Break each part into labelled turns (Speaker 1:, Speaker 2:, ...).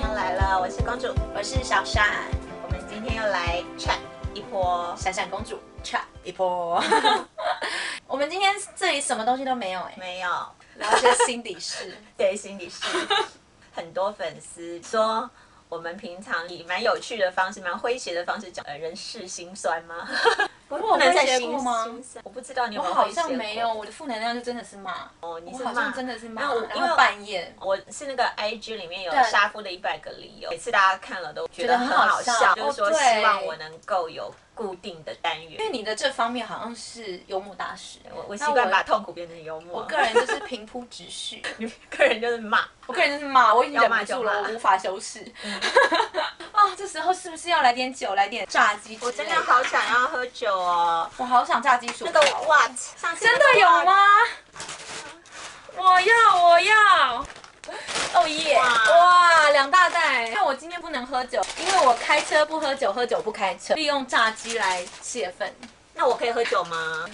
Speaker 1: 我是公主，我是小闪。我们今天又来 chat 一波闪闪公主 chat
Speaker 2: 一波。 我们今天这里什么东西都没有哎、
Speaker 1: 没有？
Speaker 2: 然后就是心底事。
Speaker 1: 对，心理师，很多粉丝说我们平常以蛮有趣的方式、蛮诙谐的方式讲呃人世心酸 吗？不
Speaker 2: 我有
Speaker 1: 能再
Speaker 2: 诙谐
Speaker 1: 心
Speaker 2: 过吗
Speaker 1: 心酸我不知道你 有
Speaker 2: 我
Speaker 1: 没有
Speaker 2: 好
Speaker 1: 诙
Speaker 2: 像
Speaker 1: 谐
Speaker 2: 没
Speaker 1: 过
Speaker 2: 有，我的负能量就真的是骂，
Speaker 1: 哦，你
Speaker 2: 我
Speaker 1: 是
Speaker 2: 好
Speaker 1: 骂
Speaker 2: 像真的是
Speaker 1: 那
Speaker 2: 骂
Speaker 1: 我，因
Speaker 2: 然
Speaker 1: 为
Speaker 2: 后
Speaker 1: 我
Speaker 2: 半夜
Speaker 1: 我是那个 IG 里面有
Speaker 2: 对
Speaker 1: 杀夫的一百个理由，每次大家看了都觉
Speaker 2: 觉得
Speaker 1: 得
Speaker 2: 很
Speaker 1: 很
Speaker 2: 好
Speaker 1: 好
Speaker 2: 笑
Speaker 1: 笑，
Speaker 2: 哦
Speaker 1: 就是说
Speaker 2: 对
Speaker 1: 希望我能够有固定的单元
Speaker 2: 因。为你的这方面好像是幽默大师，
Speaker 1: 我我习
Speaker 2: 那
Speaker 1: 惯把痛苦变成幽默。
Speaker 2: 我 个人就是平铺直叙，
Speaker 1: 你个人就是骂，
Speaker 2: 我个人就是骂，嗯我已经忍不
Speaker 1: 要
Speaker 2: 住
Speaker 1: 骂就
Speaker 2: 了，
Speaker 1: 骂
Speaker 2: 我无法修饰。 啊，这时候是不是要来点酒，来点炸鸡之
Speaker 1: 我
Speaker 2: 类
Speaker 1: 真的好想要喝酒哦。
Speaker 2: 我好想炸鸡薯
Speaker 1: 那
Speaker 2: 条。
Speaker 1: 个 what 上次
Speaker 2: 真的有？吗？我要，我要。哦耶！
Speaker 1: 哇
Speaker 2: 哇，两大袋。那我今天不能喝酒，因为我开车不喝酒，喝酒不开车，利用炸鸡来泄愤。
Speaker 1: 那我可以喝酒吗？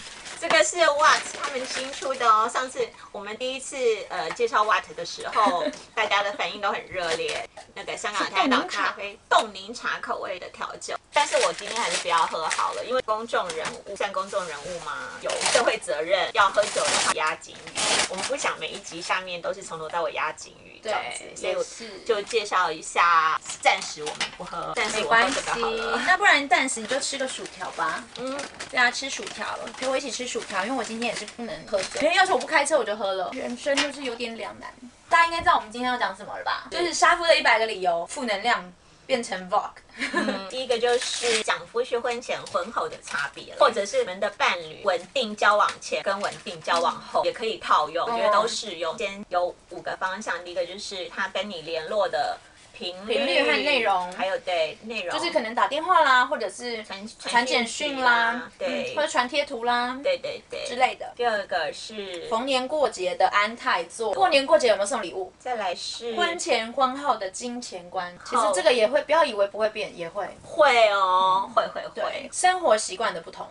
Speaker 1: 这个是 What 他们新出的哦。上次我们第一次呃介绍 What 的时 候，大家的反应都很热烈。那个香港太岛咖啡冻柠茶口味的调酒，但是我今天还是不要喝好了，因为公众人物算公众人物嘛，有社会责任，要喝酒的话压金鱼。我们不想每一集下面都是从头到尾压金鱼这样子，所以
Speaker 2: 也
Speaker 1: 我
Speaker 2: 是。
Speaker 1: 就介绍一下，暂时我们不喝，暂时
Speaker 2: 没
Speaker 1: 我喝
Speaker 2: 关
Speaker 1: 这
Speaker 2: 系
Speaker 1: 个好了。，
Speaker 2: 那不然暂时你就吃个薯条吧。
Speaker 1: 嗯，
Speaker 2: 对啊，吃薯条，陪我一起吃薯条，因为我今天也是不能喝酒。因为要是我不开车，我就喝了。人生就是有点两难。大家应该知道我们今天要讲什么了吧？就是杀夫的一百个理由，负能量变成 vlog。
Speaker 1: 嗯第一个就是讲夫是婚前婚后的差别了，或者是你们的伴侣稳定交往前跟稳定交往后也可以套用，
Speaker 2: 哦
Speaker 1: 我觉得都适用。先有五个方向，第一个就是他跟你联络的频率、
Speaker 2: 频率和内容
Speaker 1: 还有对内容，
Speaker 2: 就是可能打电话啦，或者是
Speaker 1: 传啊
Speaker 2: 传简讯啦，
Speaker 1: 对
Speaker 2: 嗯或者传贴图啦，
Speaker 1: 对对对
Speaker 2: 之。类的。
Speaker 1: 第二个是，
Speaker 2: 逢年过节的安泰座，过年过节有没有送礼物？
Speaker 1: 再来是
Speaker 2: 婚前婚后的金钱
Speaker 1: 哦
Speaker 2: 观，其实这个也会，不要以为不会变，也会。
Speaker 1: 会哦，会会
Speaker 2: 对
Speaker 1: 会，，哦
Speaker 2: 生活习惯的不同。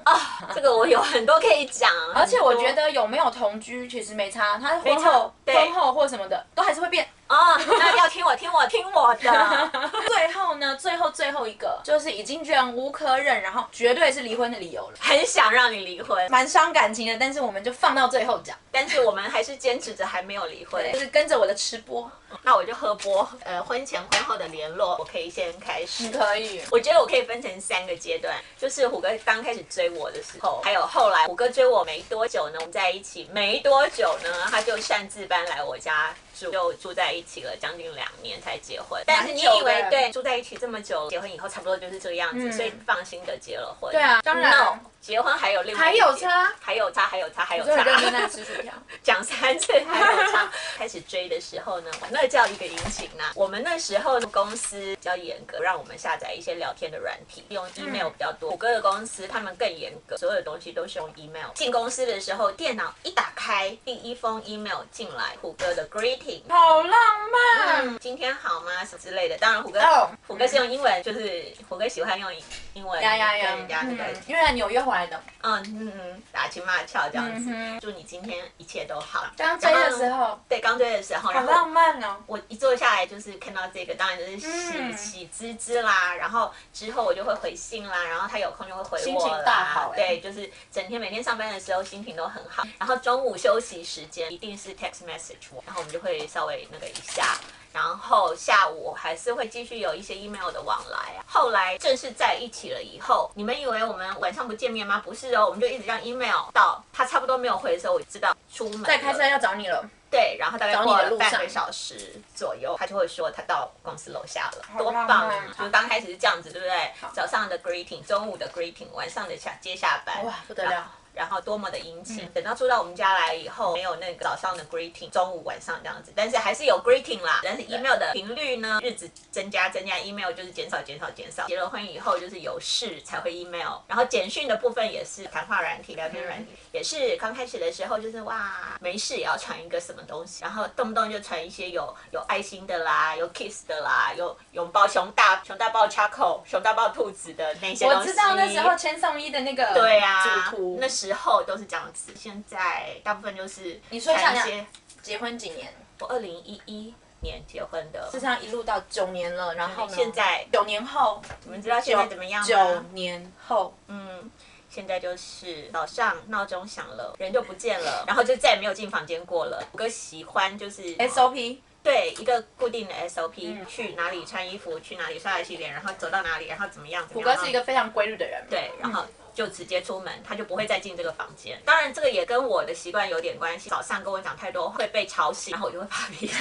Speaker 1: 这个我有很多可以讲，
Speaker 2: 而且我
Speaker 1: 很多
Speaker 2: 觉得有没有同居其实没差，他
Speaker 1: 没
Speaker 2: 婚
Speaker 1: 差
Speaker 2: 后
Speaker 1: 对
Speaker 2: 婚后或什么的都还是会变。
Speaker 1: 哦，那要听我听我听我的。
Speaker 2: 最后呢，最后最后一个就是已经忍无可忍，然后绝对是离婚的理由了，
Speaker 1: 很想让你离 婚，
Speaker 2: 蛮伤感情的。但是我们就放到最后讲，
Speaker 1: 但是我们还是坚持着还没有离婚
Speaker 2: 对，。就是跟着我的吃播。
Speaker 1: 那我就喝波。呃，婚前婚后的联络，我可以先开始。
Speaker 2: 可以，
Speaker 1: 我觉得我可以分成三个阶段，就是虎哥刚开始追我的时候，还有后来虎哥追我没多久呢，我们在一起没多久呢，他就擅自搬来我家住，就住在一起了，将近两年才结婚。但是你以为
Speaker 2: 蛮久的
Speaker 1: 对住在一起这么久，结婚以后差不多就是这个样子，
Speaker 2: 嗯
Speaker 1: 所以放心的结了婚。
Speaker 2: 对啊当然
Speaker 1: No，结婚还有另外
Speaker 2: 还
Speaker 1: 一
Speaker 2: 有啊
Speaker 1: 个阶
Speaker 2: 差
Speaker 1: 还有差，还有差，还有啊
Speaker 2: 所以
Speaker 1: 差
Speaker 2: 我。就跟他吃 薯条。
Speaker 1: 讲三次还有唱。 开始追的时候呢，那叫一个殷勤啊。我们那时候公司比较严格，让我们下载一些聊天的软体，用
Speaker 2: 嗯
Speaker 1: email 比较多。我哥的公司他们更严格，所有的东西都是用 email。进公司的时候，电脑一打开，第一封 email 进来，虎哥的 greeting。
Speaker 2: 好浪漫。
Speaker 1: 嗯，今天好吗？什么之类的。当然，虎哥
Speaker 2: 哦
Speaker 1: 虎哥是用英文，就是虎哥喜欢用英文
Speaker 2: 哎呀呀嗯
Speaker 1: 跟
Speaker 2: 呀
Speaker 1: 人家那个，
Speaker 2: 因为在纽约回来的，
Speaker 1: 嗯嗯嗯，打情骂俏这样子
Speaker 2: 嗯哼。
Speaker 1: 祝你今天一切都好。
Speaker 2: 刚追的时候，
Speaker 1: 对，刚追的时候，
Speaker 2: 好
Speaker 1: 然
Speaker 2: 浪
Speaker 1: 后
Speaker 2: 漫哦。
Speaker 1: 我一坐下来就是看到这个，当然就是喜
Speaker 2: 嗯
Speaker 1: 喜滋滋啦。然后之后我就会回信啦，然后他有空就会回
Speaker 2: 心
Speaker 1: 我
Speaker 2: 情大
Speaker 1: 啦。
Speaker 2: 好欸
Speaker 1: 对，就是整天每天上班的时候心情都很好，然后中午休息时间一定是 text message 我，然后我们就会稍微那个一下。然后下午还是会继续有一些 email 的往来啊。后来正式在一起了以后，你们以为我们晚上不见面吗？不是哦，我们就一直让 email 到他差不多没有回的时候，我知道出门
Speaker 2: 在开车
Speaker 1: 了
Speaker 2: 要找你了，
Speaker 1: 对，然后大概
Speaker 2: 找你
Speaker 1: 过
Speaker 2: 的
Speaker 1: 了
Speaker 2: 路
Speaker 1: 半
Speaker 2: 上
Speaker 1: 个小时左右，他就会说他到公司楼下了，多
Speaker 2: 浪
Speaker 1: 棒
Speaker 2: 漫
Speaker 1: 啊！就是刚开始是这样子，对不对？早上的 greeting，中午的 greeting，晚上的下接下班，
Speaker 2: 哇不得了
Speaker 1: 然后！然后多么的殷
Speaker 2: 嗯
Speaker 1: 勤，等到住到我们家来以后，没有那个早上的 greeting，中午晚上这样子，但是还是有 greeting 啦。但是 email 的频率呢，日子增加增加，email 就是减少减少减少。结了婚以后就是有事才会 email，然后简讯的部分也是谈话软体、聊天软
Speaker 2: 嗯
Speaker 1: 体，也是刚开始的时候就是哇，没事也要传一个什么东西，然后动不动就传一些有有爱心的啦，有 kiss 的啦，有拥抱熊大熊大抱 Chaco、熊大抱兔子的那些东西。
Speaker 2: 我知道那时候千颂伊的那个
Speaker 1: 对啊
Speaker 2: 主图，
Speaker 1: 那时候都是这样子，现在大部分就是
Speaker 2: 你说一下
Speaker 1: 谈一些
Speaker 2: 结婚几年？
Speaker 1: 我二零一一年结婚的，
Speaker 2: 就这样一路到九年了，然后呢？
Speaker 1: 嗯现在嗯
Speaker 2: 九年后，你
Speaker 1: 们知道现在怎么样吗
Speaker 2: 九年后，
Speaker 1: 嗯，现在就是早上闹钟响了，人就不见
Speaker 2: 嗯
Speaker 1: 了，然后就再也没有进房间过了。我哥喜欢就是
Speaker 2: SOP
Speaker 1: 对一个固定的 SOP，、去
Speaker 2: 嗯
Speaker 1: 哪里穿衣服，去哪里刷牙洗脸，然后走到哪里，然后怎么样怎么
Speaker 2: 虎
Speaker 1: 样。
Speaker 2: 哥是一个非常规律的人，对
Speaker 1: 对，然后就直接出门，他就不会再进这个房间。当然，这个也跟我的习惯有点关系。早上跟我讲太多话会被吵醒，然后我就会发 脾气。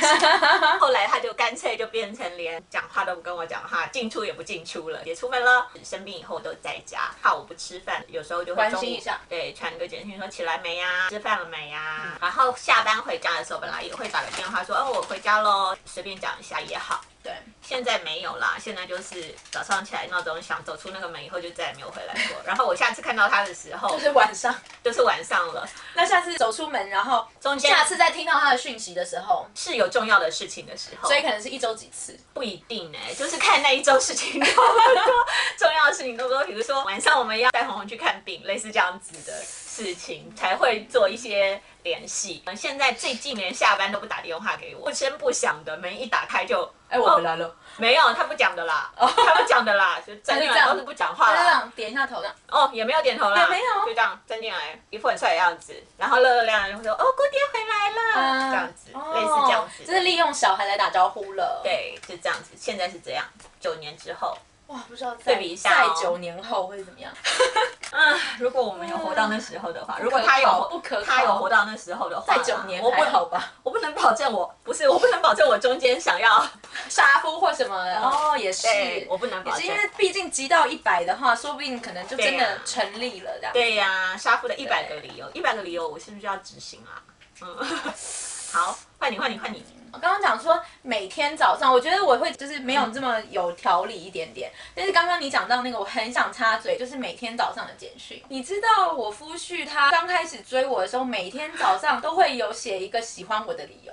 Speaker 1: 后来他就干脆就变成连讲话都不跟我讲话，进出也不进出了，也出门了。生病以后都在家，怕我不吃饭，有时候就会
Speaker 2: 关
Speaker 1: 中午
Speaker 2: 心一下
Speaker 1: 对，传个简讯说起来没呀、吃饭了没呀、然后下班回家的时候，本来也会打个电话说，哦，我回家喽，随便讲一下也好。
Speaker 2: 对，
Speaker 1: 现在没有啦，现在就是早上起来闹钟响，走出那个门以后就再也没有回来过。然后我下次看到他的时候
Speaker 2: 就是晚上。
Speaker 1: 就是晚上了，
Speaker 2: 那下次走出门，然后
Speaker 1: 中间
Speaker 2: 下次再听到他的讯息的时候，
Speaker 1: 是有重要的事情的时候，
Speaker 2: 所以可能是一周几次。
Speaker 1: 不一定哎、就是看那一周事情 多不多，重要的事情多不多，比如说晚上我们要带红红去看病，类似这样子的事情才会做一些联系。嗯现在最近连下班都不打电话给我，不声不响的门一打开就。
Speaker 2: 哎、
Speaker 1: 我回
Speaker 2: 来了，
Speaker 1: 没有，他不讲的啦，他不讲的啦，就站进
Speaker 2: 他就这
Speaker 1: 来
Speaker 2: 样
Speaker 1: 都是不讲话
Speaker 2: 他就这
Speaker 1: 啦。
Speaker 2: 样点一下头，这样
Speaker 1: 哦，也没有点头啦，
Speaker 2: 也没有
Speaker 1: 就这样站进来，一副很帅的样子，然后乐乐亮亮就说：“哦，姑爹回来了。
Speaker 2: 嗯
Speaker 1: 这样子，
Speaker 2: 哦
Speaker 1: 类似这样子，
Speaker 2: 就是利用小孩来打招呼了。，
Speaker 1: 对，就这样子。现在是这样，九年之后，
Speaker 2: 哇，不知道
Speaker 1: 对比一下哦
Speaker 2: 在九年后会怎么样？
Speaker 1: 嗯，如果我们有活到那时候的话，如果
Speaker 2: 不可
Speaker 1: 他有
Speaker 2: 考不可
Speaker 1: 他有
Speaker 2: 考
Speaker 1: 活到那时候的话
Speaker 2: 在
Speaker 1: 啦，
Speaker 2: 九年
Speaker 1: 我不
Speaker 2: 还好吧？
Speaker 1: 我不能保证我不是，我不能保证我中间想要，
Speaker 2: 杀夫或什么？哦，也是
Speaker 1: 对，，我不能
Speaker 2: 也
Speaker 1: 保
Speaker 2: 是
Speaker 1: 证
Speaker 2: 因。为毕竟集到一百的话，说不定可能就真
Speaker 1: 对
Speaker 2: 的
Speaker 1: 啊
Speaker 2: 成立了这样。
Speaker 1: 对呀、杀夫的一百个理由，一百个理由，我是不是就要执行啊？嗯， 好，换你，换你，换你。
Speaker 2: 我刚刚讲说每天早上，我觉得我会就是没有这么有条理一点点。但是刚刚你讲到那个，我很想插嘴，就是每天早上的简讯。你知道我夫婿他刚开始追我的时候，每天早上都会有写一个喜欢我的理 由。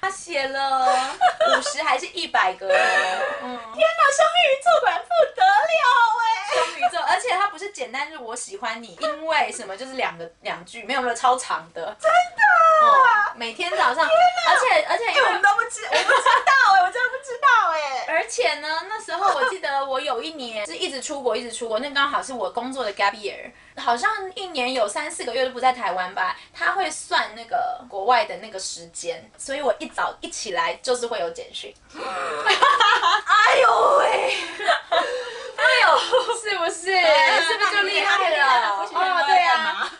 Speaker 2: 他写了五十还是一百 个哦？嗯，
Speaker 1: 那双鱼座本不得了哎、
Speaker 2: 双鱼座，而且他不是简单就是我喜欢你，因为什么就是两个两句，没有没有超长的，真的、每天早上，而且而且 因
Speaker 1: 因为
Speaker 2: 为
Speaker 1: 哎我们都不知，我不知道哎、我真的不知道哎、
Speaker 2: 而且呢，那时候我记得我有一年是一直出国，一直出国，那刚好是我工作的 gap year，好像一年有三四个月都不在台湾吧。他会算那个国外的那个时间，所以我一早一起来就是会有简讯，
Speaker 1: 哎呦喂，
Speaker 2: 哎是不是？
Speaker 1: 哎
Speaker 2: 是不是就啊厉害了？哦，对呀、啊。
Speaker 1: 啊，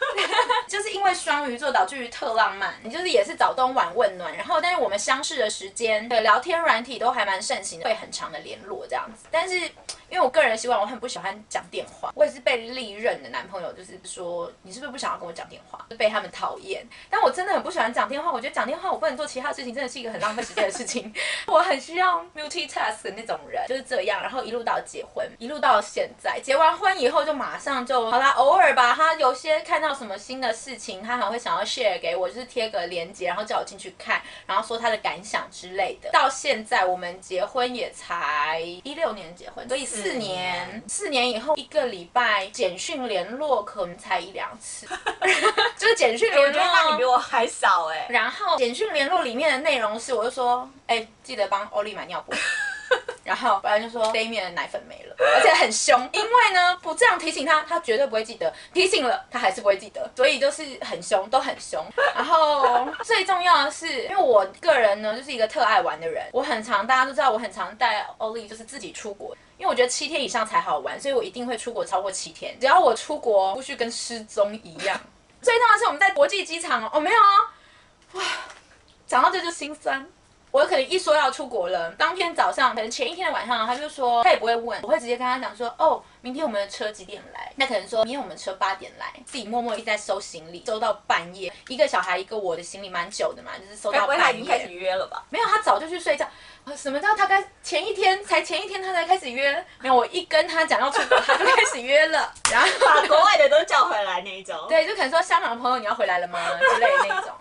Speaker 2: 就是因为双鱼座导致于特浪漫，你就是也是早冬晚问暖，然后但是我们相识的时间，对聊天软体都还蛮盛行的，会很长的联络这样子。但是因为我个人习惯，我很不喜欢讲电话，我也是被历任的男朋友就是说你是不是不想要跟我讲电话，就被他们讨厌。但我真的很不喜欢讲电话，我觉得讲电话我不能做其他事情，真的是一个很浪费时间的事情。 我很需要 multitask 的那种人，就是这样。然后一路到结婚，一路到现在，结完婚以后就马上就好啦，偶尔吧，他有些看到什么新的事情，他还会想要 share 给我，就是贴个链接，然后叫我进去看，然后说他的感想之类的。到现在我们结婚也才一六年结婚，所以四
Speaker 1: 四
Speaker 2: 年
Speaker 1: 年，
Speaker 2: 四年以后一个礼拜简讯联络可能才一两 次，就是简讯
Speaker 1: 哎我
Speaker 2: 联
Speaker 1: 觉
Speaker 2: 络
Speaker 1: 得
Speaker 2: 哦。
Speaker 1: 那你比我还少哎、
Speaker 2: 然后简讯联络里面的内容是，我就说，哎、记得帮欧丽买尿布。然后不然就说 Damian 的奶粉没了，而且很凶，因为呢不这样提醒他，他绝对不会记得；提醒了，他还是不会记得，所以就是很凶，都很凶。然后最重要的是，因为我个人呢就是一个特爱玩的人，我很常大家都知道，我很常带欧丽就是自己出国，因为我觉得七天以上才好玩，所以我一定会出国超过七天。只要我出国，出去跟失踪一样。最重要的是我们在国际机场哦，哦没有哦，讲到这就心酸。我可能一说要出国了，当天早上，可能前一天的晚上，他就说他也不会问，我会直接跟他讲说，哦，明天我们的车几点来？那可能说明天我们车八点来，自己默默一直在收行李，收到半夜，一个小孩一个我的行李蛮久的嘛，就是收
Speaker 1: 该
Speaker 2: 到
Speaker 1: 不会他
Speaker 2: 半
Speaker 1: 已经开始
Speaker 2: 夜。
Speaker 1: 约了吧？
Speaker 2: 没有，他早就去睡觉。啊什么叫他开前一天才前一天他才开始约？没有，我一跟他讲要出国，他就开始约了。然后
Speaker 1: 把国外的都叫回来那一种。
Speaker 2: 对，就可能说香港的朋友你要回来了吗之类的那种。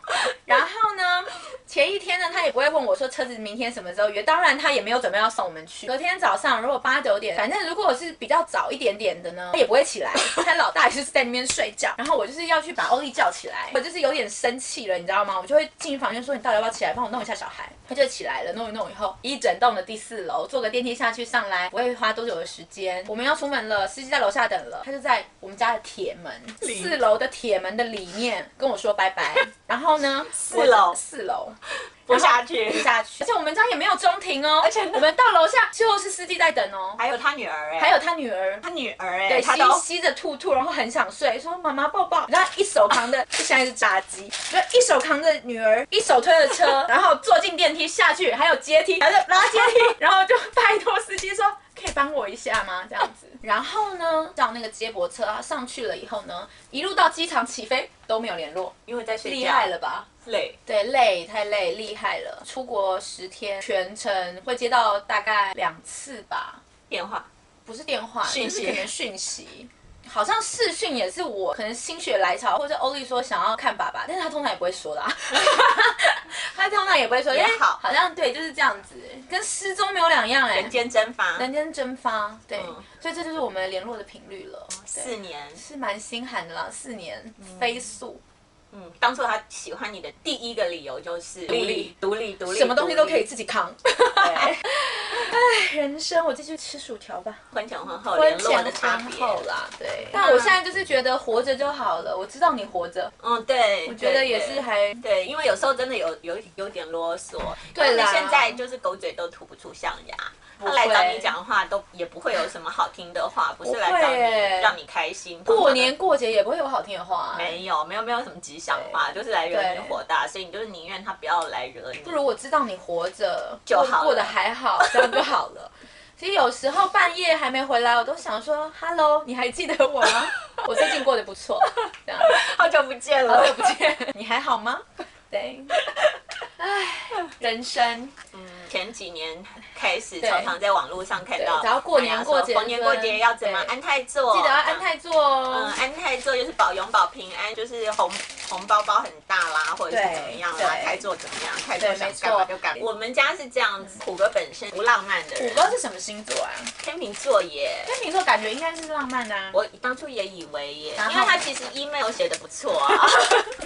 Speaker 2: 然后呢，前一天呢，他也不会问我说车子明天什么时候约，当然他也没有准备要送我们去。隔天早上如果八九点，反正如果我是比较早一点点的呢，他也不会起来， 他老大就是在那边睡觉。然后我就是要去把欧丽叫起来，我就是有点生气了，你知道吗？我就会进房间说你到底要不要起来，帮我弄一下小孩。他就起来了，弄一弄以后，一整栋的第四楼，坐个电梯下去上来，不会花多久的时间。我们要出门了，司机在楼下等了，他就在我们家的铁门
Speaker 1: 里
Speaker 2: 四楼的铁门的里面跟我说拜拜。然后呢，四
Speaker 1: 楼
Speaker 2: 四楼，
Speaker 1: 不下
Speaker 2: 不
Speaker 1: 去。
Speaker 2: 下去。而且我们家也没有中庭哦，而
Speaker 1: 且呢
Speaker 2: 我们到楼下就是司机在等哦，
Speaker 1: 还有他女儿哎、
Speaker 2: 还有他女儿。
Speaker 1: 他女儿哎、
Speaker 2: 对，
Speaker 1: 他
Speaker 2: 吸
Speaker 1: 都
Speaker 2: 吸着兔兔，然后很想睡，说妈妈抱抱，然后一手扛着， 就像一只炸鸡，就一手扛着女儿，一手推着 车，然后坐进电梯下去，还有阶梯，还在拉阶梯，然后就拜托司机说。可以帮我一下吗？这样 子，然后呢，叫那个接驳车啊，上去了以后呢，一路到机场起飞都没有联络，
Speaker 1: 因为在睡觉，
Speaker 2: 厉害了吧？
Speaker 1: 累。
Speaker 2: 对，累太累，厉害了。出国十天，全程会接到大概两次吧，
Speaker 1: 电话
Speaker 2: 不是电话，
Speaker 1: 讯息
Speaker 2: 就是可能讯息。好像视讯也是我可能心血来潮，或者欧丽说想要看爸爸，但是他通常也不会说 啦，他通常也不会说，因
Speaker 1: 也
Speaker 2: 为
Speaker 1: 好
Speaker 2: 好像对就是这样子，跟失踪没有两样哎、
Speaker 1: 人间蒸发，
Speaker 2: 人间蒸发，对，
Speaker 1: 嗯
Speaker 2: 所以这就是我们联络的频率了，
Speaker 1: 四
Speaker 2: 对，
Speaker 1: 年。
Speaker 2: 哦是蛮心寒的啦，四年飞速，
Speaker 1: 嗯，当初他喜欢你的第一个理由就是独
Speaker 2: 立，
Speaker 1: 独立，独立，
Speaker 2: 什么东西都可以
Speaker 1: 独
Speaker 2: 自己扛，
Speaker 1: 立。对
Speaker 2: 人生我继续吃薯条吧。
Speaker 1: 婚前婚后
Speaker 2: 婚
Speaker 1: 联络的
Speaker 2: 前
Speaker 1: 差
Speaker 2: 婚
Speaker 1: 别。
Speaker 2: 后啦，对。但我现在就是觉得活着就好了，我知道你活着，
Speaker 1: 嗯，对，
Speaker 2: 我觉得也是
Speaker 1: 对
Speaker 2: 还
Speaker 1: 对，因为有时候真的有有有点啰嗦，
Speaker 2: 对
Speaker 1: 他
Speaker 2: 啦
Speaker 1: 们现在就是狗嘴都吐不出象牙，他
Speaker 2: 会
Speaker 1: 来找你讲话都也不会有什么好听的话，不是来找
Speaker 2: 不会耶
Speaker 1: 你让你开心。
Speaker 2: 过年过节也不会有好听的话、啊
Speaker 1: 没有没有没有什么吉祥话，就是来惹你火大，所以你就是宁愿他不要来惹你。
Speaker 2: 不如我知道你活着
Speaker 1: 就
Speaker 2: 过
Speaker 1: 好了
Speaker 2: 过得还好，这样就好了。其实有时候半夜还没回来，我都想说，Hello，你还记得我吗？我最近过得不错，这样
Speaker 1: 好久不见
Speaker 2: 好
Speaker 1: 了
Speaker 2: 久不见， 你还好吗？对，唉，人生
Speaker 1: 前几年开始，
Speaker 2: 对
Speaker 1: 常常在网络上看到，
Speaker 2: 对
Speaker 1: 哎
Speaker 2: 只要过年
Speaker 1: 大家说
Speaker 2: 过节
Speaker 1: 逢年过节要怎么
Speaker 2: 对
Speaker 1: 安泰座，
Speaker 2: 记得要安泰座
Speaker 1: 嗯，
Speaker 2: 哦。
Speaker 1: 安泰座就是保永保平安，就是红红包包很大啦，或者是
Speaker 2: 对
Speaker 1: 怎么样啦，
Speaker 2: 对
Speaker 1: 开座怎么样，开座
Speaker 2: 对
Speaker 1: 想
Speaker 2: 没错
Speaker 1: 干嘛就干嘛。我们家是这样子，虎哥本身不浪漫的
Speaker 2: 虎
Speaker 1: 人，
Speaker 2: 哥是什么星座啊？
Speaker 1: 天秤座耶。
Speaker 2: 天秤座感觉应该是浪漫的、啊，
Speaker 1: 我当初也以为耶，
Speaker 2: 然后
Speaker 1: 因为他其实 email 写的不错 啊，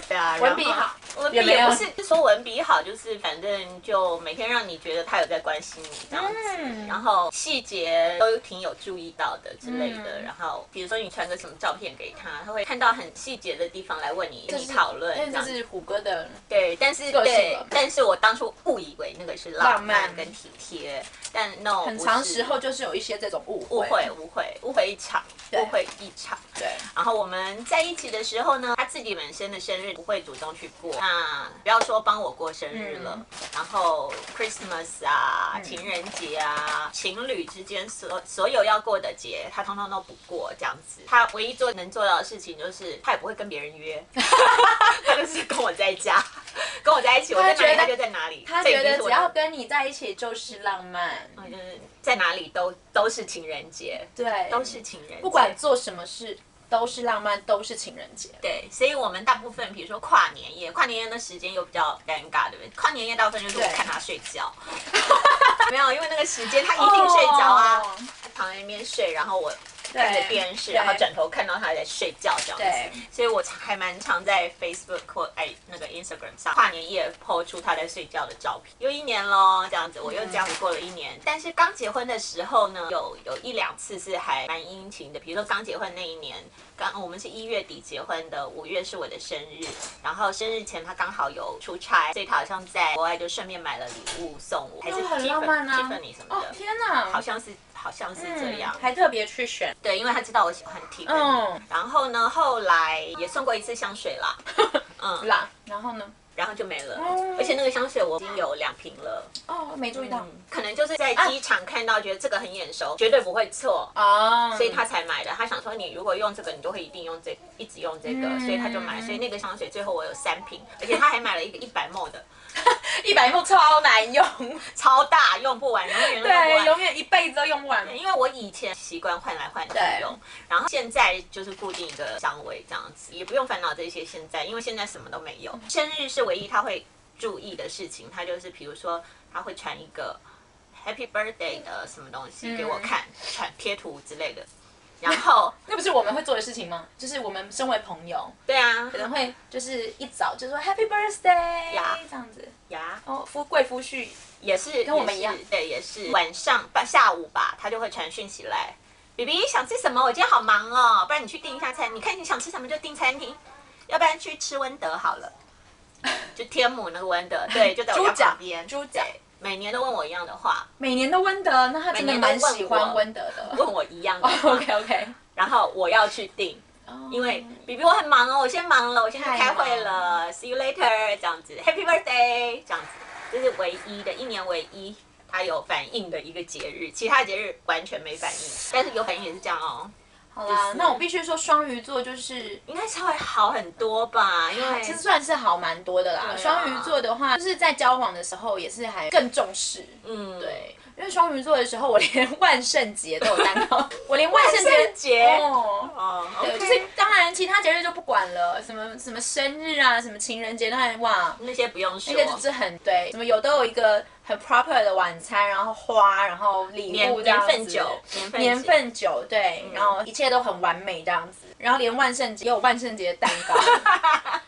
Speaker 1: 对啊，然后
Speaker 2: 文笔好，
Speaker 1: 文笔
Speaker 2: 也没
Speaker 1: 也
Speaker 2: 有
Speaker 1: 不是就说文笔好，就是反正就每天让你觉得他有在关心你这样子，
Speaker 2: 嗯
Speaker 1: 然后细节都挺有注意到的之类的。
Speaker 2: 嗯
Speaker 1: 然后比如说你传个什么照片给他，他会看到很细节的地方来问你，
Speaker 2: 就
Speaker 1: 跟你
Speaker 2: 是
Speaker 1: 讨论这
Speaker 2: 但
Speaker 1: 样
Speaker 2: 就
Speaker 1: 子。
Speaker 2: 是虎哥的
Speaker 1: 对，但是
Speaker 2: 个性
Speaker 1: 对
Speaker 2: 了，
Speaker 1: 但是我当初误以为那个是浪
Speaker 2: 浪漫
Speaker 1: 漫跟体贴，但 no，
Speaker 2: 很
Speaker 1: 不
Speaker 2: 长
Speaker 1: 是
Speaker 2: 时候就是有一些这种误
Speaker 1: 误
Speaker 2: 会，
Speaker 1: 会误会误会一场，
Speaker 2: 对
Speaker 1: 误会一场。
Speaker 2: 对，
Speaker 1: 然后我们在一起的时候呢，他自己本身的生日不会主动去过，那不要说帮我过生日了。
Speaker 2: 嗯
Speaker 1: 然后 Christmas 啊、情人节啊、情侣之间所所有要过的节，他通通都不过这样子。他唯一做能做到的事情就是，他也不会跟别 人约，他就是跟我在家， 跟我在一起，我在哪
Speaker 2: 他觉
Speaker 1: 里
Speaker 2: 得
Speaker 1: 他就在哪里。
Speaker 2: 他
Speaker 1: 这已
Speaker 2: 觉
Speaker 1: 经
Speaker 2: 得
Speaker 1: 是我
Speaker 2: 只
Speaker 1: 的
Speaker 2: 要跟你在一起就是浪漫，
Speaker 1: 嗯就是在哪里都都是情人节，
Speaker 2: 对，
Speaker 1: 都是情人节，
Speaker 2: 不管做什么事都是浪漫，都是情人节。
Speaker 1: 对，所以我们大部分，比如说跨年夜，跨年夜的时间又比较尴尬，对不对？跨年夜大部分就是我
Speaker 2: 对
Speaker 1: 看他睡觉， 没有，因为那个时间他一定睡着啊，
Speaker 2: 哦
Speaker 1: 他躺在那边睡，然后我
Speaker 2: 对
Speaker 1: 看着电视，然后转头看到他在睡觉这样
Speaker 2: 对
Speaker 1: 子，所以我还蛮常在 Facebook 或哎那个 Instagram 上跨年夜 po 出他在睡觉的照片，又一年喽，这样子，我又
Speaker 2: 嗯
Speaker 1: 这样子过了一年。但是刚结婚的时候呢，有有一两次是还蛮殷勤的，比如说刚结婚那一年，刚我们是一月底结婚的，五月是我的生日，然后生日前他刚好有出差，所以他好像在国外就顺便买了礼物送我，还是
Speaker 2: 那很浪漫啊
Speaker 1: Tiffany 什么
Speaker 2: 哦
Speaker 1: 的，
Speaker 2: 天哪，
Speaker 1: 好像是好像是这样
Speaker 2: 嗯，还特别去选，
Speaker 1: 对，因为他知道我喜欢 T，嗯
Speaker 2: 嗯，
Speaker 1: 然后呢，后来也送过一次香 水啦，嗯，
Speaker 2: 啦，然后呢？
Speaker 1: 然后就没了
Speaker 2: 哦，
Speaker 1: 而且那个香水我已经有两瓶了，
Speaker 2: 哦，没注意到
Speaker 1: 嗯，可能就是在
Speaker 2: 啊
Speaker 1: 机场看到，觉得这个很眼熟，绝对不会错。
Speaker 2: 哦，
Speaker 1: 所以他才买的，他想说你如果用这个，你就会一定用这一直用这个，
Speaker 2: 嗯
Speaker 1: 所以他就买。所以那个香水最后我有三瓶，而且他还买了一个一百 ml 的，
Speaker 2: 一百目超难 用，
Speaker 1: 超大，用不完，永远用不完
Speaker 2: 对，。永远一辈子都用不完。
Speaker 1: 因为我以前习惯换来换去
Speaker 2: 对
Speaker 1: 用，然后现在就是固定一个香味这样子，也不用烦恼这些。现在因为现在什么都没有，生日是唯一他会注意的事情，他就是比如说他会传一个 Happy Birthday 的什么东西给我看，传贴图之类的。然后，
Speaker 2: 那不是我们会做的事情吗？就是我们身为朋友，
Speaker 1: 对啊，
Speaker 2: 可能会就是一早就说 Happy Birthday
Speaker 1: 呀
Speaker 2: 这样子，
Speaker 1: 呀，
Speaker 2: 哦，夫贵夫婿
Speaker 1: 也是
Speaker 2: 跟我们一样
Speaker 1: 也是对，也是晚上吧，下午吧，他就会传讯息来。比比想吃什么？我今天好忙哦，不然你去订一下餐。你看你想吃什么就订餐厅，要不然去吃温德好 了，就天母那个温德，对，就在我
Speaker 2: 猪
Speaker 1: 家
Speaker 2: 脚
Speaker 1: 旁边。
Speaker 2: 猪脚，
Speaker 1: 对每年都问我一样的话，
Speaker 2: 每年都温德，那他真的
Speaker 1: 每年都
Speaker 2: 蛮
Speaker 1: 问
Speaker 2: 喜欢
Speaker 1: 我
Speaker 2: 温德的。
Speaker 1: 问我一样的话
Speaker 2: OK OK，
Speaker 1: 然后我要去订，因为比比我很忙哦，我先忙了，我现在开会了，see you later 这样子，Happy birthday 这样子，这是唯一的一年唯一它有反应的一个节日，其他节日完全没反应，但是有反应也是这样哦，
Speaker 2: 好啦
Speaker 1: 就，是
Speaker 2: 那我必须说双鱼座就是。
Speaker 1: 应该稍微好很多吧，因为
Speaker 2: 其实算是好蛮多的啦。
Speaker 1: 对啊
Speaker 2: 双、鱼座的话，就是在交往的时候也是还更重视，
Speaker 1: 嗯，
Speaker 2: 对，因为双鱼座的时候，我连 万圣节都有蛋糕， 我连万圣
Speaker 1: 万
Speaker 2: 节
Speaker 1: 圣节
Speaker 2: 哦，
Speaker 1: 哦
Speaker 2: 对，
Speaker 1: ，OK，
Speaker 2: 就是当然其他节日就不管了，什么什么生日啊，什么情人节，当然哇，
Speaker 1: 那些不用说
Speaker 2: 那，个就是很对，什么有都有一个很 proper 的晚餐，然后花，然后礼
Speaker 1: 年
Speaker 2: 物这样
Speaker 1: 年
Speaker 2: 子
Speaker 1: 份酒，年份
Speaker 2: 年
Speaker 1: 酒嗯
Speaker 2: 份酒对，然后一切都很完美这样子，然后连万圣节也有万圣节蛋 糕，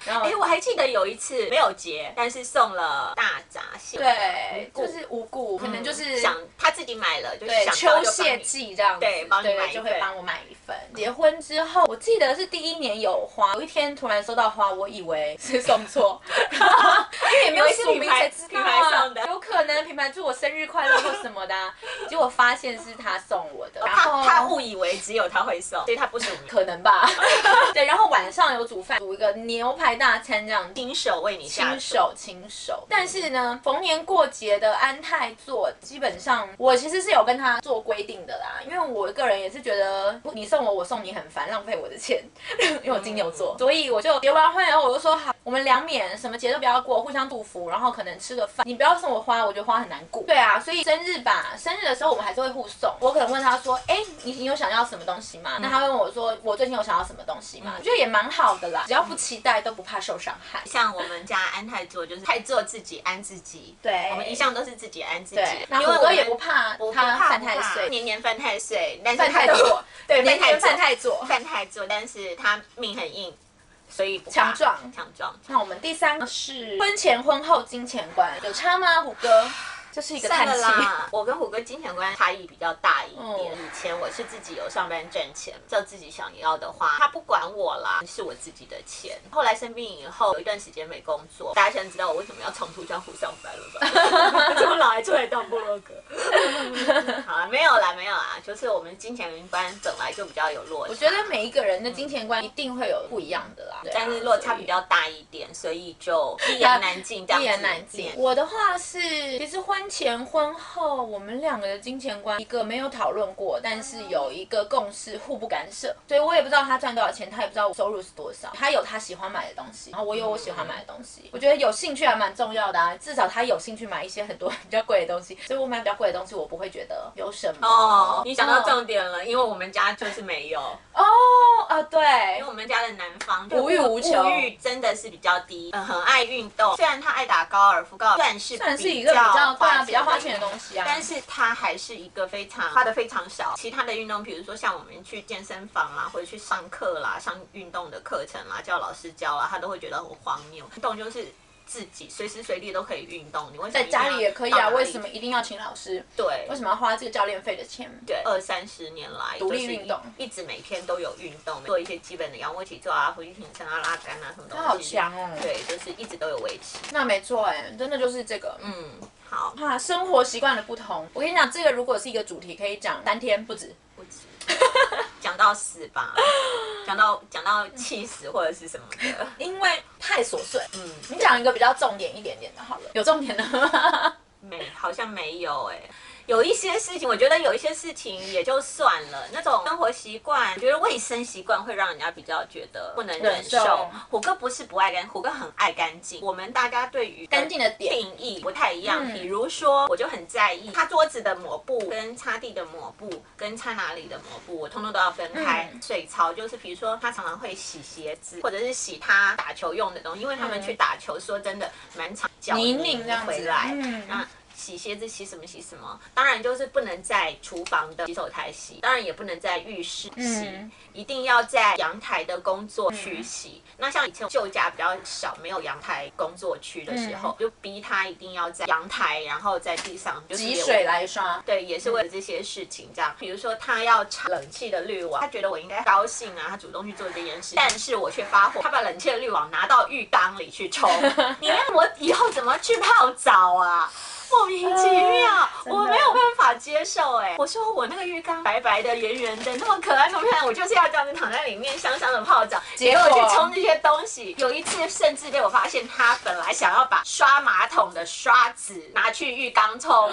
Speaker 2: 然后
Speaker 1: 哎、我还记得有一次没有结，但是送了大闸蟹，嗯
Speaker 2: 对，
Speaker 1: 无
Speaker 2: 就
Speaker 1: 辜
Speaker 2: 是无故，可能就是
Speaker 1: 想他自己买了，就是
Speaker 2: 对
Speaker 1: 想到
Speaker 2: 秋
Speaker 1: 就帮
Speaker 2: 蟹
Speaker 1: 你
Speaker 2: 季这样子，
Speaker 1: 对帮你买一
Speaker 2: 就会
Speaker 1: 份
Speaker 2: 帮我买一份。结婚之后，我记得是第一年有花，有一天突然收到花，我以为是送 错，因为也没有署名才知道
Speaker 1: 品牌品牌
Speaker 2: 啊
Speaker 1: 送的，
Speaker 2: 有可能品牌祝我生日快乐或什么的啊、结果发现是他送我的，然
Speaker 1: 哦他他
Speaker 2: 后。
Speaker 1: 误以为只有他会送，所以他不署名。
Speaker 2: 可能吧， 对，然后晚上有煮饭，煮一个牛排大餐这样子，
Speaker 1: 亲手为你下
Speaker 2: 亲
Speaker 1: 厨，
Speaker 2: 手亲手。但是呢，逢年过节的安泰座，基本上我其实是有跟他做规定的啦，因为我个人也是觉得你送我，我送你很烦，浪费我的钱， 因为我金牛座，所以我就结完婚，然后我就说好，我们两免，什么节都不要过，互相祝福，然后可能吃个饭，你不要送我花，我觉得花很难过。对啊，所以生日吧，生日的时候我们还是会互送。我可能问他说，哎，你你有想要什么东西吗？那他会问我说，我最近有想要什么东西吗？我觉得也蛮好的啦，只要不期待，都不怕受伤害。
Speaker 1: 像我们家安泰做就是泰做自己安自己，
Speaker 2: 对
Speaker 1: 我们一向都是自己安自己
Speaker 2: 对，，
Speaker 1: 因
Speaker 2: 那
Speaker 1: 为
Speaker 2: 火
Speaker 1: 我
Speaker 2: 哥
Speaker 1: 们
Speaker 2: 也不怕
Speaker 1: 不
Speaker 2: 他
Speaker 1: 怕
Speaker 2: 犯
Speaker 1: 不
Speaker 2: 太
Speaker 1: 怕
Speaker 2: 岁，
Speaker 1: 年年犯太岁，但是
Speaker 2: 犯太
Speaker 1: 他
Speaker 2: 多，
Speaker 1: 对
Speaker 2: 年
Speaker 1: 犯太
Speaker 2: 年犯
Speaker 1: 做
Speaker 2: 太座。
Speaker 1: 犯太做，但是他命很硬，所以不怕
Speaker 2: 强壮
Speaker 1: 强壮。
Speaker 2: 那我们第三个是婚前婚后金钱观有差吗？虎哥，这是一个
Speaker 1: 算
Speaker 2: 叹
Speaker 1: 了
Speaker 2: 气。
Speaker 1: 啦，我跟虎哥金钱观差异比较大一点。
Speaker 2: 嗯
Speaker 1: 以前我是自己有上班挣钱，照自己想要的话，他不管我啦，是我自己的钱。后来生病以后，有一段时间没工作，大家现在知道我为什么要重出江湖上班了 吧？这么老还出来当部落格？ 好了，没有啦，没有啦，就是我们金钱观本来就比较有落差。
Speaker 2: 我觉得每一个人的金钱观一定会有不一样的啦，对啊
Speaker 1: 但是落差比较大一点，所以就一言难尽，这样
Speaker 2: 一
Speaker 1: 子
Speaker 2: 言难尽。我的话是，其实婚前婚后我们两个的金钱观，一个没有讨论过，但是有一个共识，互不干涉。所以我也不知道他赚多少钱，他也不知道我收入是多少。他有他喜欢买的东西，然后我有我喜欢买的东西。我觉得有兴趣还蛮重要的啊，至少他有兴趣买一些很多 比较贵的东西，所以我买比较贵的东西，我不会觉得有什么。
Speaker 1: 哦，你讲到
Speaker 2: 这
Speaker 1: 重点了，因为我们家就是没有。
Speaker 2: 哦啊，对
Speaker 1: 因为，我们家的男方就
Speaker 2: 无欲无求
Speaker 1: 物欲真的是比较低，嗯，很爱运动。虽然他爱打高尔夫，高尔夫算是
Speaker 2: 算是一个比较对啊比较花钱的
Speaker 1: 西，
Speaker 2: 东西啊。
Speaker 1: 但是他还是一个非常花的非常少。其他的运动，比如说像我们去健身房啦，或者去上课啦，上运动的课程啦，叫老师教啦，他都会觉得很荒谬。运动就是。自己随时随地都可以运动，你为什么
Speaker 2: 在
Speaker 1: 一定要
Speaker 2: 家里也可以啊，
Speaker 1: 到哪里
Speaker 2: 为什么一定要请老师？
Speaker 1: 对？
Speaker 2: 为什么要花这个教练费的钱？
Speaker 1: 对，二三十年来
Speaker 2: 独立
Speaker 1: 就是
Speaker 2: 运动
Speaker 1: 一，一直每天都有运动，做一些基本的仰卧起坐啊、俯卧撑啊、拉杆啊什么东西。
Speaker 2: 他好强哦
Speaker 1: 对，就是一直都有维持。
Speaker 2: 那没错哎、真的就是这个。嗯，
Speaker 1: 嗯，好，
Speaker 2: 怕生活习惯的不同，我跟你讲，这个如果是一个主题，可以讲三天不止。
Speaker 1: 不止讲到死吧，讲到讲到气死或者是什么的。
Speaker 2: 因为太琐碎。嗯
Speaker 1: 嗯，
Speaker 2: 你讲一个比较重点一点点的好了，有重点的吗。
Speaker 1: 没，好像没有哎、有一些事情，我觉得有一些事情也就算了，那种生活习惯，我觉得卫生习惯会让人家比较觉得不能忍
Speaker 2: 忍
Speaker 1: 受
Speaker 2: 受。
Speaker 1: 虎哥不是不爱干，虎哥很爱干净。我们大家对于
Speaker 2: 干净的点
Speaker 1: 定义不太一样，
Speaker 2: 嗯
Speaker 1: 比如说，我就很在意擦桌子的抹布、跟擦地的抹布、跟擦哪里的抹布，我通通都要分开。
Speaker 2: 嗯
Speaker 1: 水槽就是，比如说他常常会洗鞋子，或者是洗他打球用的东西，因为他们
Speaker 2: 嗯
Speaker 1: 去打球，说真的蛮常脚
Speaker 2: 泥
Speaker 1: 泥
Speaker 2: 泞这样子
Speaker 1: 回来，
Speaker 2: 嗯
Speaker 1: 那洗鞋子洗什么洗什么，当然就是不能在厨房的洗手台洗，当然也不能在浴室洗，
Speaker 2: 嗯
Speaker 1: 一定要在阳台的工作区洗。那像以前旧家比较少，没有阳台工作区的时
Speaker 2: 嗯
Speaker 1: 候，就逼他一定要在阳台，然后在地上就 是
Speaker 2: 以
Speaker 1: 也
Speaker 2: 水来刷。
Speaker 1: 对，也是为了这些事情这样。比如说他要插冷气的滤网，他觉得我应该高兴啊，他主动去做这件事，但是我却发火，他把冷气的滤网拿到浴缸里去冲，你让我以后怎么去泡澡啊？莫名其妙，
Speaker 2: 哎真的
Speaker 1: 我没有办法接受哎、我说我那个浴缸白白的、圆圆的，那么可爱，那么漂亮，我就是要这样子躺在里面香香的泡澡，
Speaker 2: 结
Speaker 1: 结果
Speaker 2: 果
Speaker 1: 去冲这些东西。有一次甚至被我发现，他本来想要把刷马桶的刷子拿去浴缸冲。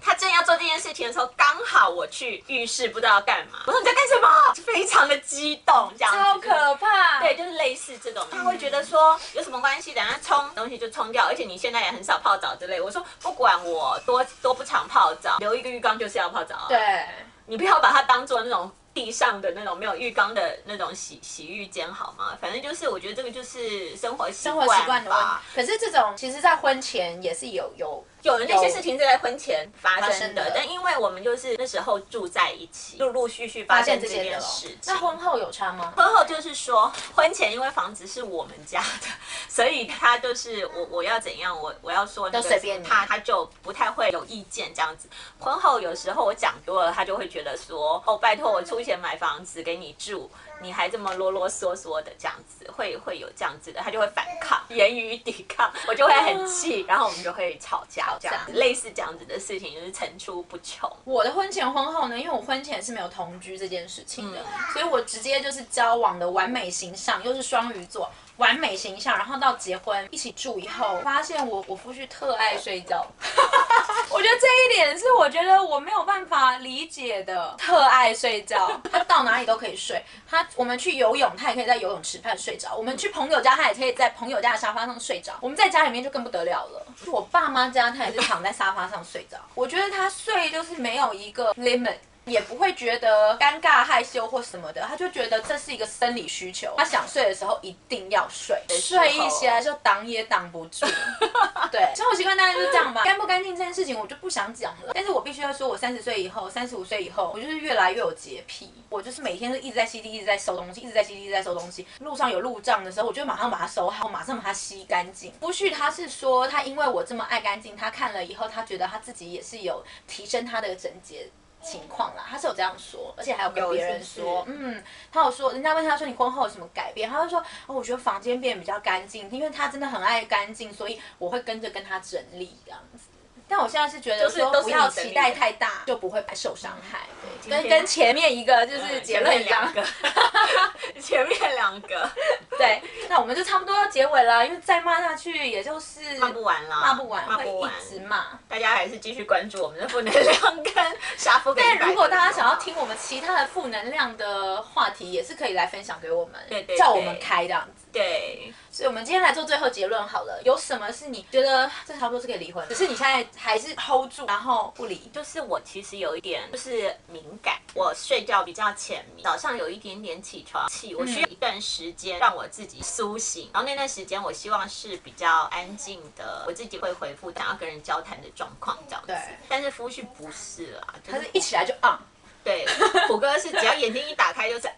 Speaker 1: 他正要做这件事情的时候，刚好我去浴室，不知道要干嘛。我说你在干什么？非常的激动，这样子
Speaker 2: 超可怕！
Speaker 1: 对，，就是类似这种，他会觉得说有什么关系，等下冲东西就冲掉，而且你现在也很少泡澡之类。我说不管我多多不常泡澡，留一个浴缸就是要泡澡啊。
Speaker 2: 对，
Speaker 1: 你不要把它当做那种地上的那种没有浴缸的那种洗洗浴间好吗？反正就是我觉得这个就是生活习
Speaker 2: 生
Speaker 1: 惯
Speaker 2: 活习惯的问题
Speaker 1: 吧。。
Speaker 2: 可是这种其实，在婚前也是有有
Speaker 1: 有的那些事情是在婚前发
Speaker 2: 发
Speaker 1: 生
Speaker 2: 生
Speaker 1: 的，
Speaker 2: 的
Speaker 1: 但因为我们就是那时候住在一起，陆陆续续发
Speaker 2: 发
Speaker 1: 现
Speaker 2: 现
Speaker 1: 这
Speaker 2: 这些
Speaker 1: 件
Speaker 2: 的哦
Speaker 1: 事情。
Speaker 2: 那婚后有差吗？
Speaker 1: 婚后就是说，婚前因为房子是我们家的，所以他就是我我要怎样，我我要说那
Speaker 2: 都
Speaker 1: 个
Speaker 2: 随便你
Speaker 1: 他他就不太会有意见这样子。婚后有时候我讲多了，他就会觉得说，哦，拜托我出钱买房子给你住，你还这么啰啰嗦嗦的这样子，会会有这样子的，他就会反抗，言语抵抗，我就会很气，然后我们就会吵架，这样子类似这样子的事情就是层出不穷。
Speaker 2: 我的婚前婚后呢，因为我婚前是没有同居这件事情的，所以我直接就是交往的完美形象，又是双鱼座，完美形象，然后到结婚一起住以后，发现我我夫婿特爱睡觉，我觉得这一点是我觉得我没有办法理解的，特爱睡觉，他到哪里都可以睡，他我们去游泳，他也可以在游泳池畔睡着，我们去朋友家，他也可以在朋友家的沙发上睡着，我们在家里面就更不得了了，我爸妈家他也是躺在沙发上睡着，我觉得他睡就是没有一个 limit。也不会觉得尴尬、害羞或什么的，他就觉得这是一个生理需求，他想睡的时候一定要睡，
Speaker 1: 时候
Speaker 2: 睡一些就挡也挡不住。对，生活习惯大概就是这样吧。干不干净这件事情，我就不想讲了。但是我必须要说，我三十岁以后，三十五岁以后，我就是越来越有洁癖。我就是每天都一直在吸地，一直在收东西，一直在吸地，一直在收东西。路上有路障的时候，我就马上把它收好，马上把它吸干净。夫婿他是说，他因为我这么爱干净，他看了以后，他觉得他自己也是有提升他的整洁。情况啦，他是有这样说，而且还有跟
Speaker 1: 有
Speaker 2: 别人
Speaker 1: 是不是
Speaker 2: 说，嗯，他有说，人家问他说你婚后有什么改变，他就说，哦，我觉得房间变得比较干净，因为他真的很爱干净，所以我会跟着跟他整理这样子。但我现在是觉得
Speaker 1: 就是
Speaker 2: 说
Speaker 1: 都是
Speaker 2: 不要
Speaker 1: 你整理
Speaker 2: 期
Speaker 1: 的嗯
Speaker 2: 待太大，就不会受伤害。对，
Speaker 1: 今
Speaker 2: 跟
Speaker 1: 天
Speaker 2: 跟前面一个就是
Speaker 1: 嗯
Speaker 2: 结
Speaker 1: 前
Speaker 2: 论
Speaker 1: 面
Speaker 2: 一样
Speaker 1: 两。个， 前面两个
Speaker 2: 对，那我们就差不多要结尾了，因为再骂下去也就是
Speaker 1: 骂不完啦，
Speaker 2: 骂不完，
Speaker 1: 骂
Speaker 2: 会
Speaker 1: 不完。
Speaker 2: 一直骂。
Speaker 1: 大家还是继续关注我们的负能量 跟杀夫跟白
Speaker 2: 但
Speaker 1: 人。
Speaker 2: 如果大家想要听我们其他的负能量的话题，也是可以来分享给我们，
Speaker 1: 对对
Speaker 2: 叫我
Speaker 1: 对
Speaker 2: 们开这样子。
Speaker 1: 对，
Speaker 2: 所以我们今天来做最后结论好了，有什么是你觉得这差不多是可以离婚，只是你现在还是 hold 住，然后不离，
Speaker 1: 就是我其实有一点就是敏感，我睡觉比较浅眠，早上有一点点起床气，
Speaker 2: 嗯
Speaker 1: 我需要一段时间让我自己苏醒，然后那段时间我希望是比较安静的，我自己会回复想要跟人交谈的状况这样子
Speaker 2: 对。
Speaker 1: 但是夫婿不是啦，就
Speaker 2: 还是一起来就 on。
Speaker 1: 对，虎哥是只要眼睛一打开就是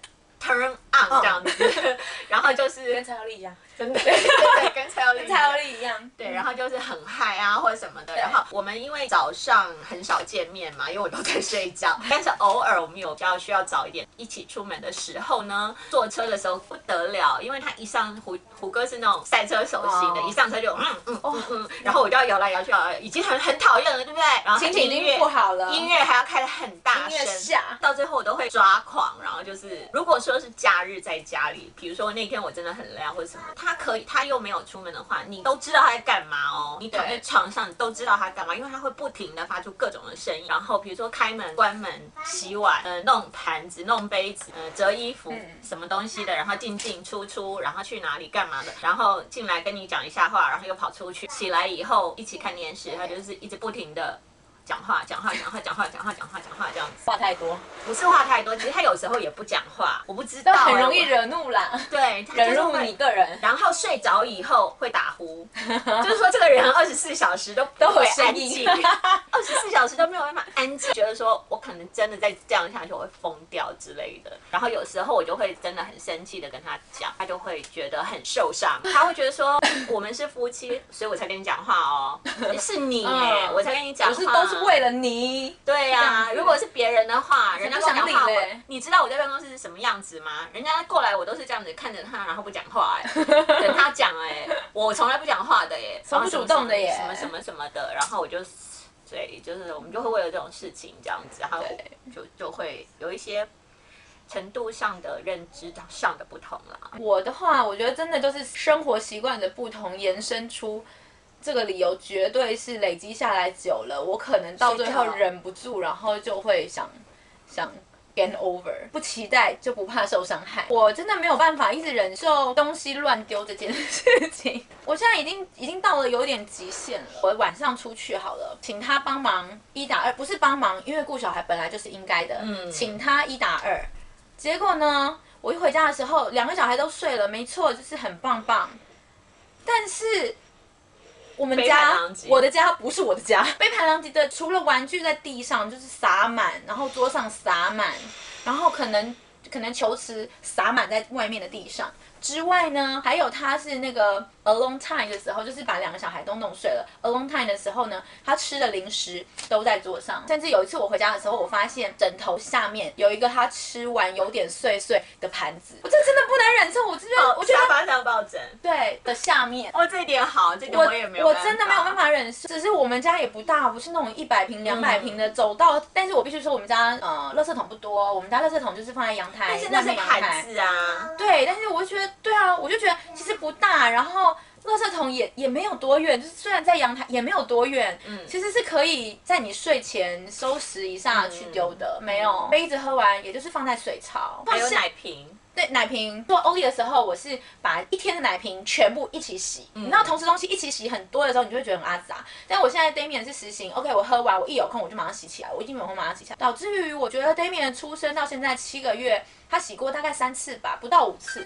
Speaker 1: turn on 这样
Speaker 2: 哦
Speaker 1: 子， 然后就是
Speaker 2: 蔡友丽一样，
Speaker 1: 真的对跟蔡友丽
Speaker 2: 跟
Speaker 1: 一
Speaker 2: 蔡
Speaker 1: 样
Speaker 2: 友丽一样，
Speaker 1: 对，然后就是很嗨啊或者什么的。然后我们因为早上很少见面嘛，因为我都在睡觉，但是偶尔我们有比较需要早一点一起出门的时候呢，坐车的时候不得了，因为他一上胡胡哥是那种赛车手型的，
Speaker 2: 哦
Speaker 1: 一上车就嗯嗯嗯嗯，然后我就要摇来摇去，摇来已经很很讨厌了，对不对？然后
Speaker 2: 心情已
Speaker 1: 音乐
Speaker 2: 经不好了，
Speaker 1: 音乐还要开的很大
Speaker 2: 音乐
Speaker 1: 声
Speaker 2: 下，
Speaker 1: 到最后我都会抓狂。然后就是，如果说是假日在家里，比如说那天我真的很累啊或者什么，他他可以，他又没有出门的话，你都知道他在干嘛哦。你躺在
Speaker 2: 对
Speaker 1: 床上，你都知道他干嘛，因为他会不停的发出各种的声音。然后比如说开门、关门、洗碗，呃，弄盘子、弄杯子，呃，折衣服，
Speaker 2: 嗯
Speaker 1: 什么东西的，然后进进出出，然后去哪里干嘛的，然后进来跟你讲一下话，然后又跑出去。起来以后一起看电视，他就是一直不停的。讲话，讲话，讲话，讲话，讲话，讲话，讲话，这样子，
Speaker 2: 话太多，
Speaker 1: 不是话太多，其实他有时候也不讲话，我不知道
Speaker 2: 但
Speaker 1: 欸、
Speaker 2: 很容易
Speaker 1: 我
Speaker 2: 惹怒啦，
Speaker 1: 对，他
Speaker 2: 惹
Speaker 1: 就是
Speaker 2: 怒
Speaker 1: 会
Speaker 2: 你个人。
Speaker 1: 然后睡着以后会打 呼，就是说这个人二十四小时都不会安静， 二十四小时都没有办法安静，觉得说我可能真的再这样下去我会疯掉之类的。然后有时候我就会真的很生气的跟他讲，他就会觉得很 受伤，他会觉得说我们是夫妻，所以我才跟你讲话 哦，是你哎、
Speaker 2: 嗯
Speaker 1: 我才跟你讲
Speaker 2: 我
Speaker 1: 话，
Speaker 2: 是都是为了你，
Speaker 1: 对呀、
Speaker 2: 这样子
Speaker 1: 如果是别人的话，人家跟我讲
Speaker 2: 不
Speaker 1: 话，
Speaker 2: 想理
Speaker 1: 我
Speaker 2: 嘞
Speaker 1: 你知道我在办公室是什么样子吗？人家过来我都是这样子看着他，然后不讲话、 哎，等他讲哎、我从来不讲话的耶、
Speaker 2: 从不主动的耶
Speaker 1: 什么什么什么的，然后我就。对，就是我们就会为了这种事情这样子，然后
Speaker 2: 对
Speaker 1: 就就会有一些程度上的认知上的不同啦。
Speaker 2: 我的话，我觉得真的就是生活习惯的不同，延伸出这个理由，绝对是累积下来久了，我可能到最后
Speaker 1: 睡着
Speaker 2: 忍不住，然后就会想想 get over，不期待就不怕受伤害。我真的没有办法一直忍受东西乱丢这件事情，我现在已经已经到了有点极限了。我晚上出去好了，请他帮忙一打二，不是帮忙，因为顾小孩本来就是应该的，
Speaker 1: 嗯
Speaker 2: 请他一打二。结果呢，我一回家的时候，两个小孩都睡了，没错，就是很棒棒。但是我们
Speaker 1: 杯盘
Speaker 2: 家
Speaker 1: 狼藉，
Speaker 2: 我的家不是我的家，杯盘狼藉的，除了玩具在地上就是撒满，然后桌上撒满，然后可能可能球池撒满在外面的地上。之外呢，还有他是那个 alone time 的时候，就是把两个小孩都弄睡了。alone time 的时候呢，他吃的零食都在桌上，甚至有一次我回家的时候，我发现枕头下面有一个他吃完有点碎碎的盘子，我这真的不能忍受，我真的，我觉
Speaker 1: 沙
Speaker 2: 得
Speaker 1: 发上抱枕，
Speaker 2: 对的下面。
Speaker 1: 哦，这一点好，这点
Speaker 2: 我
Speaker 1: 也没有，
Speaker 2: 我真的没有办。法忍受。只是我们家也不大，不是那种一百平、两百平
Speaker 1: 嗯
Speaker 2: 的，走到。但是我必须说，我们家呃，垃圾桶不多，我们家垃圾桶就是放在阳台，
Speaker 1: 但是那
Speaker 2: 外
Speaker 1: 是
Speaker 2: 面阳台
Speaker 1: 毯子啊，
Speaker 2: 对，但是我就觉得，对啊，我就觉得其实不大，然后垃圾桶也也没有多远，就是虽然在阳台也没有多远，嗯，其实是可以在你睡前收拾一下
Speaker 1: 嗯
Speaker 2: 去丢的，没有杯子喝完也就是放在水槽，
Speaker 1: 还有
Speaker 2: 是
Speaker 1: 奶瓶。
Speaker 2: 对奶瓶做欧力的时候，我是把一天的奶瓶全部一起洗。你知道同时东西一起洗很多的时候，你就会觉得很阿杂。但我现在 Damian 是实行，OK，我喝完我一有空我就马上洗起来，我一定有空马上洗起来，导致于我觉得 Damian 的出生到现在七个月，他洗过大概三次吧，不到五次。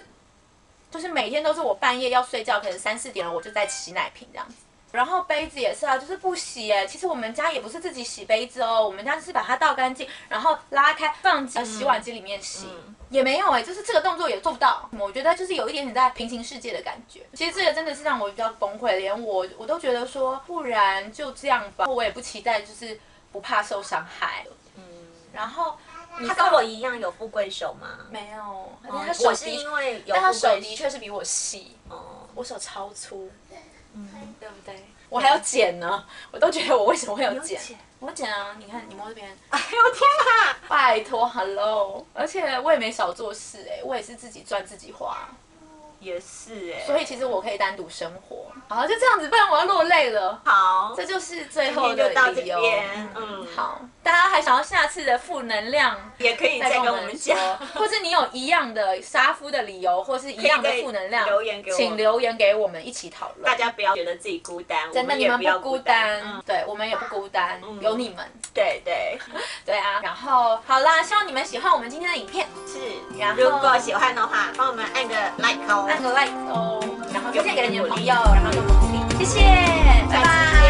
Speaker 2: 就是每天都是我半夜要睡觉，可能三四点了我就在洗奶瓶这样子。然后杯子也是啊，就是不洗哎、其实我们家也不是自己洗杯子哦，我们家是把它倒干净，然后拉开放进呃洗碗机里面洗，也没有哎、就是这个动作也做不到。我觉得就是有一点点在平行世界的感觉。其实这个真的是让我比较崩溃，连我我都觉得说，不然就这样吧，我也不期待，就是不怕受伤害。嗯，然后
Speaker 1: 他跟我一样有富贵手吗？
Speaker 2: 没有，
Speaker 1: 哦
Speaker 2: 但他手
Speaker 1: 我是
Speaker 2: 的
Speaker 1: 因为有
Speaker 2: 但他
Speaker 1: 富
Speaker 2: 手
Speaker 1: 贵
Speaker 2: 的确是比我细，
Speaker 1: 哦，
Speaker 2: 我手超粗，嗯，对不对？我还要剪呢，我都觉得我为什么会有剪？
Speaker 1: 剪
Speaker 2: 我剪啊，你看你摸这边，
Speaker 1: 哎呦天哪！
Speaker 2: 拜托，hello，而且我也没少做事哎、我也是自己赚自己花，
Speaker 1: 也是哎、
Speaker 2: 所以其实我可以单独生活。好，就这样子，不然我要落泪了。
Speaker 1: 好，
Speaker 2: 这就是最
Speaker 1: 今
Speaker 2: 后
Speaker 1: 天
Speaker 2: 的
Speaker 1: 就到这
Speaker 2: 理由。
Speaker 1: 边，嗯，，
Speaker 2: 好，大家还想要下次的负能量
Speaker 1: 也可以再跟我们讲。
Speaker 2: 或是你有一样的杀夫的理由，或是一样的负能量，
Speaker 1: 可以留言给我们
Speaker 2: 请留言给我们一起讨论。
Speaker 1: 大家不要觉得自己孤单，
Speaker 2: 真的
Speaker 1: 我们
Speaker 2: 你
Speaker 1: 也
Speaker 2: 们
Speaker 1: 要
Speaker 2: 不孤单，，
Speaker 1: 单嗯，
Speaker 2: 对我们也不孤单，有你们，
Speaker 1: 对对，
Speaker 2: 对啊。然后好啦，希望你们喜欢我们今天的影片，
Speaker 1: 是。
Speaker 2: 然后
Speaker 1: 如果喜欢的话，帮我们按个 like 哦，
Speaker 2: 按个 like 哦，然后推荐给你的朋友，然后给我们鼓励，谢谢，拜拜。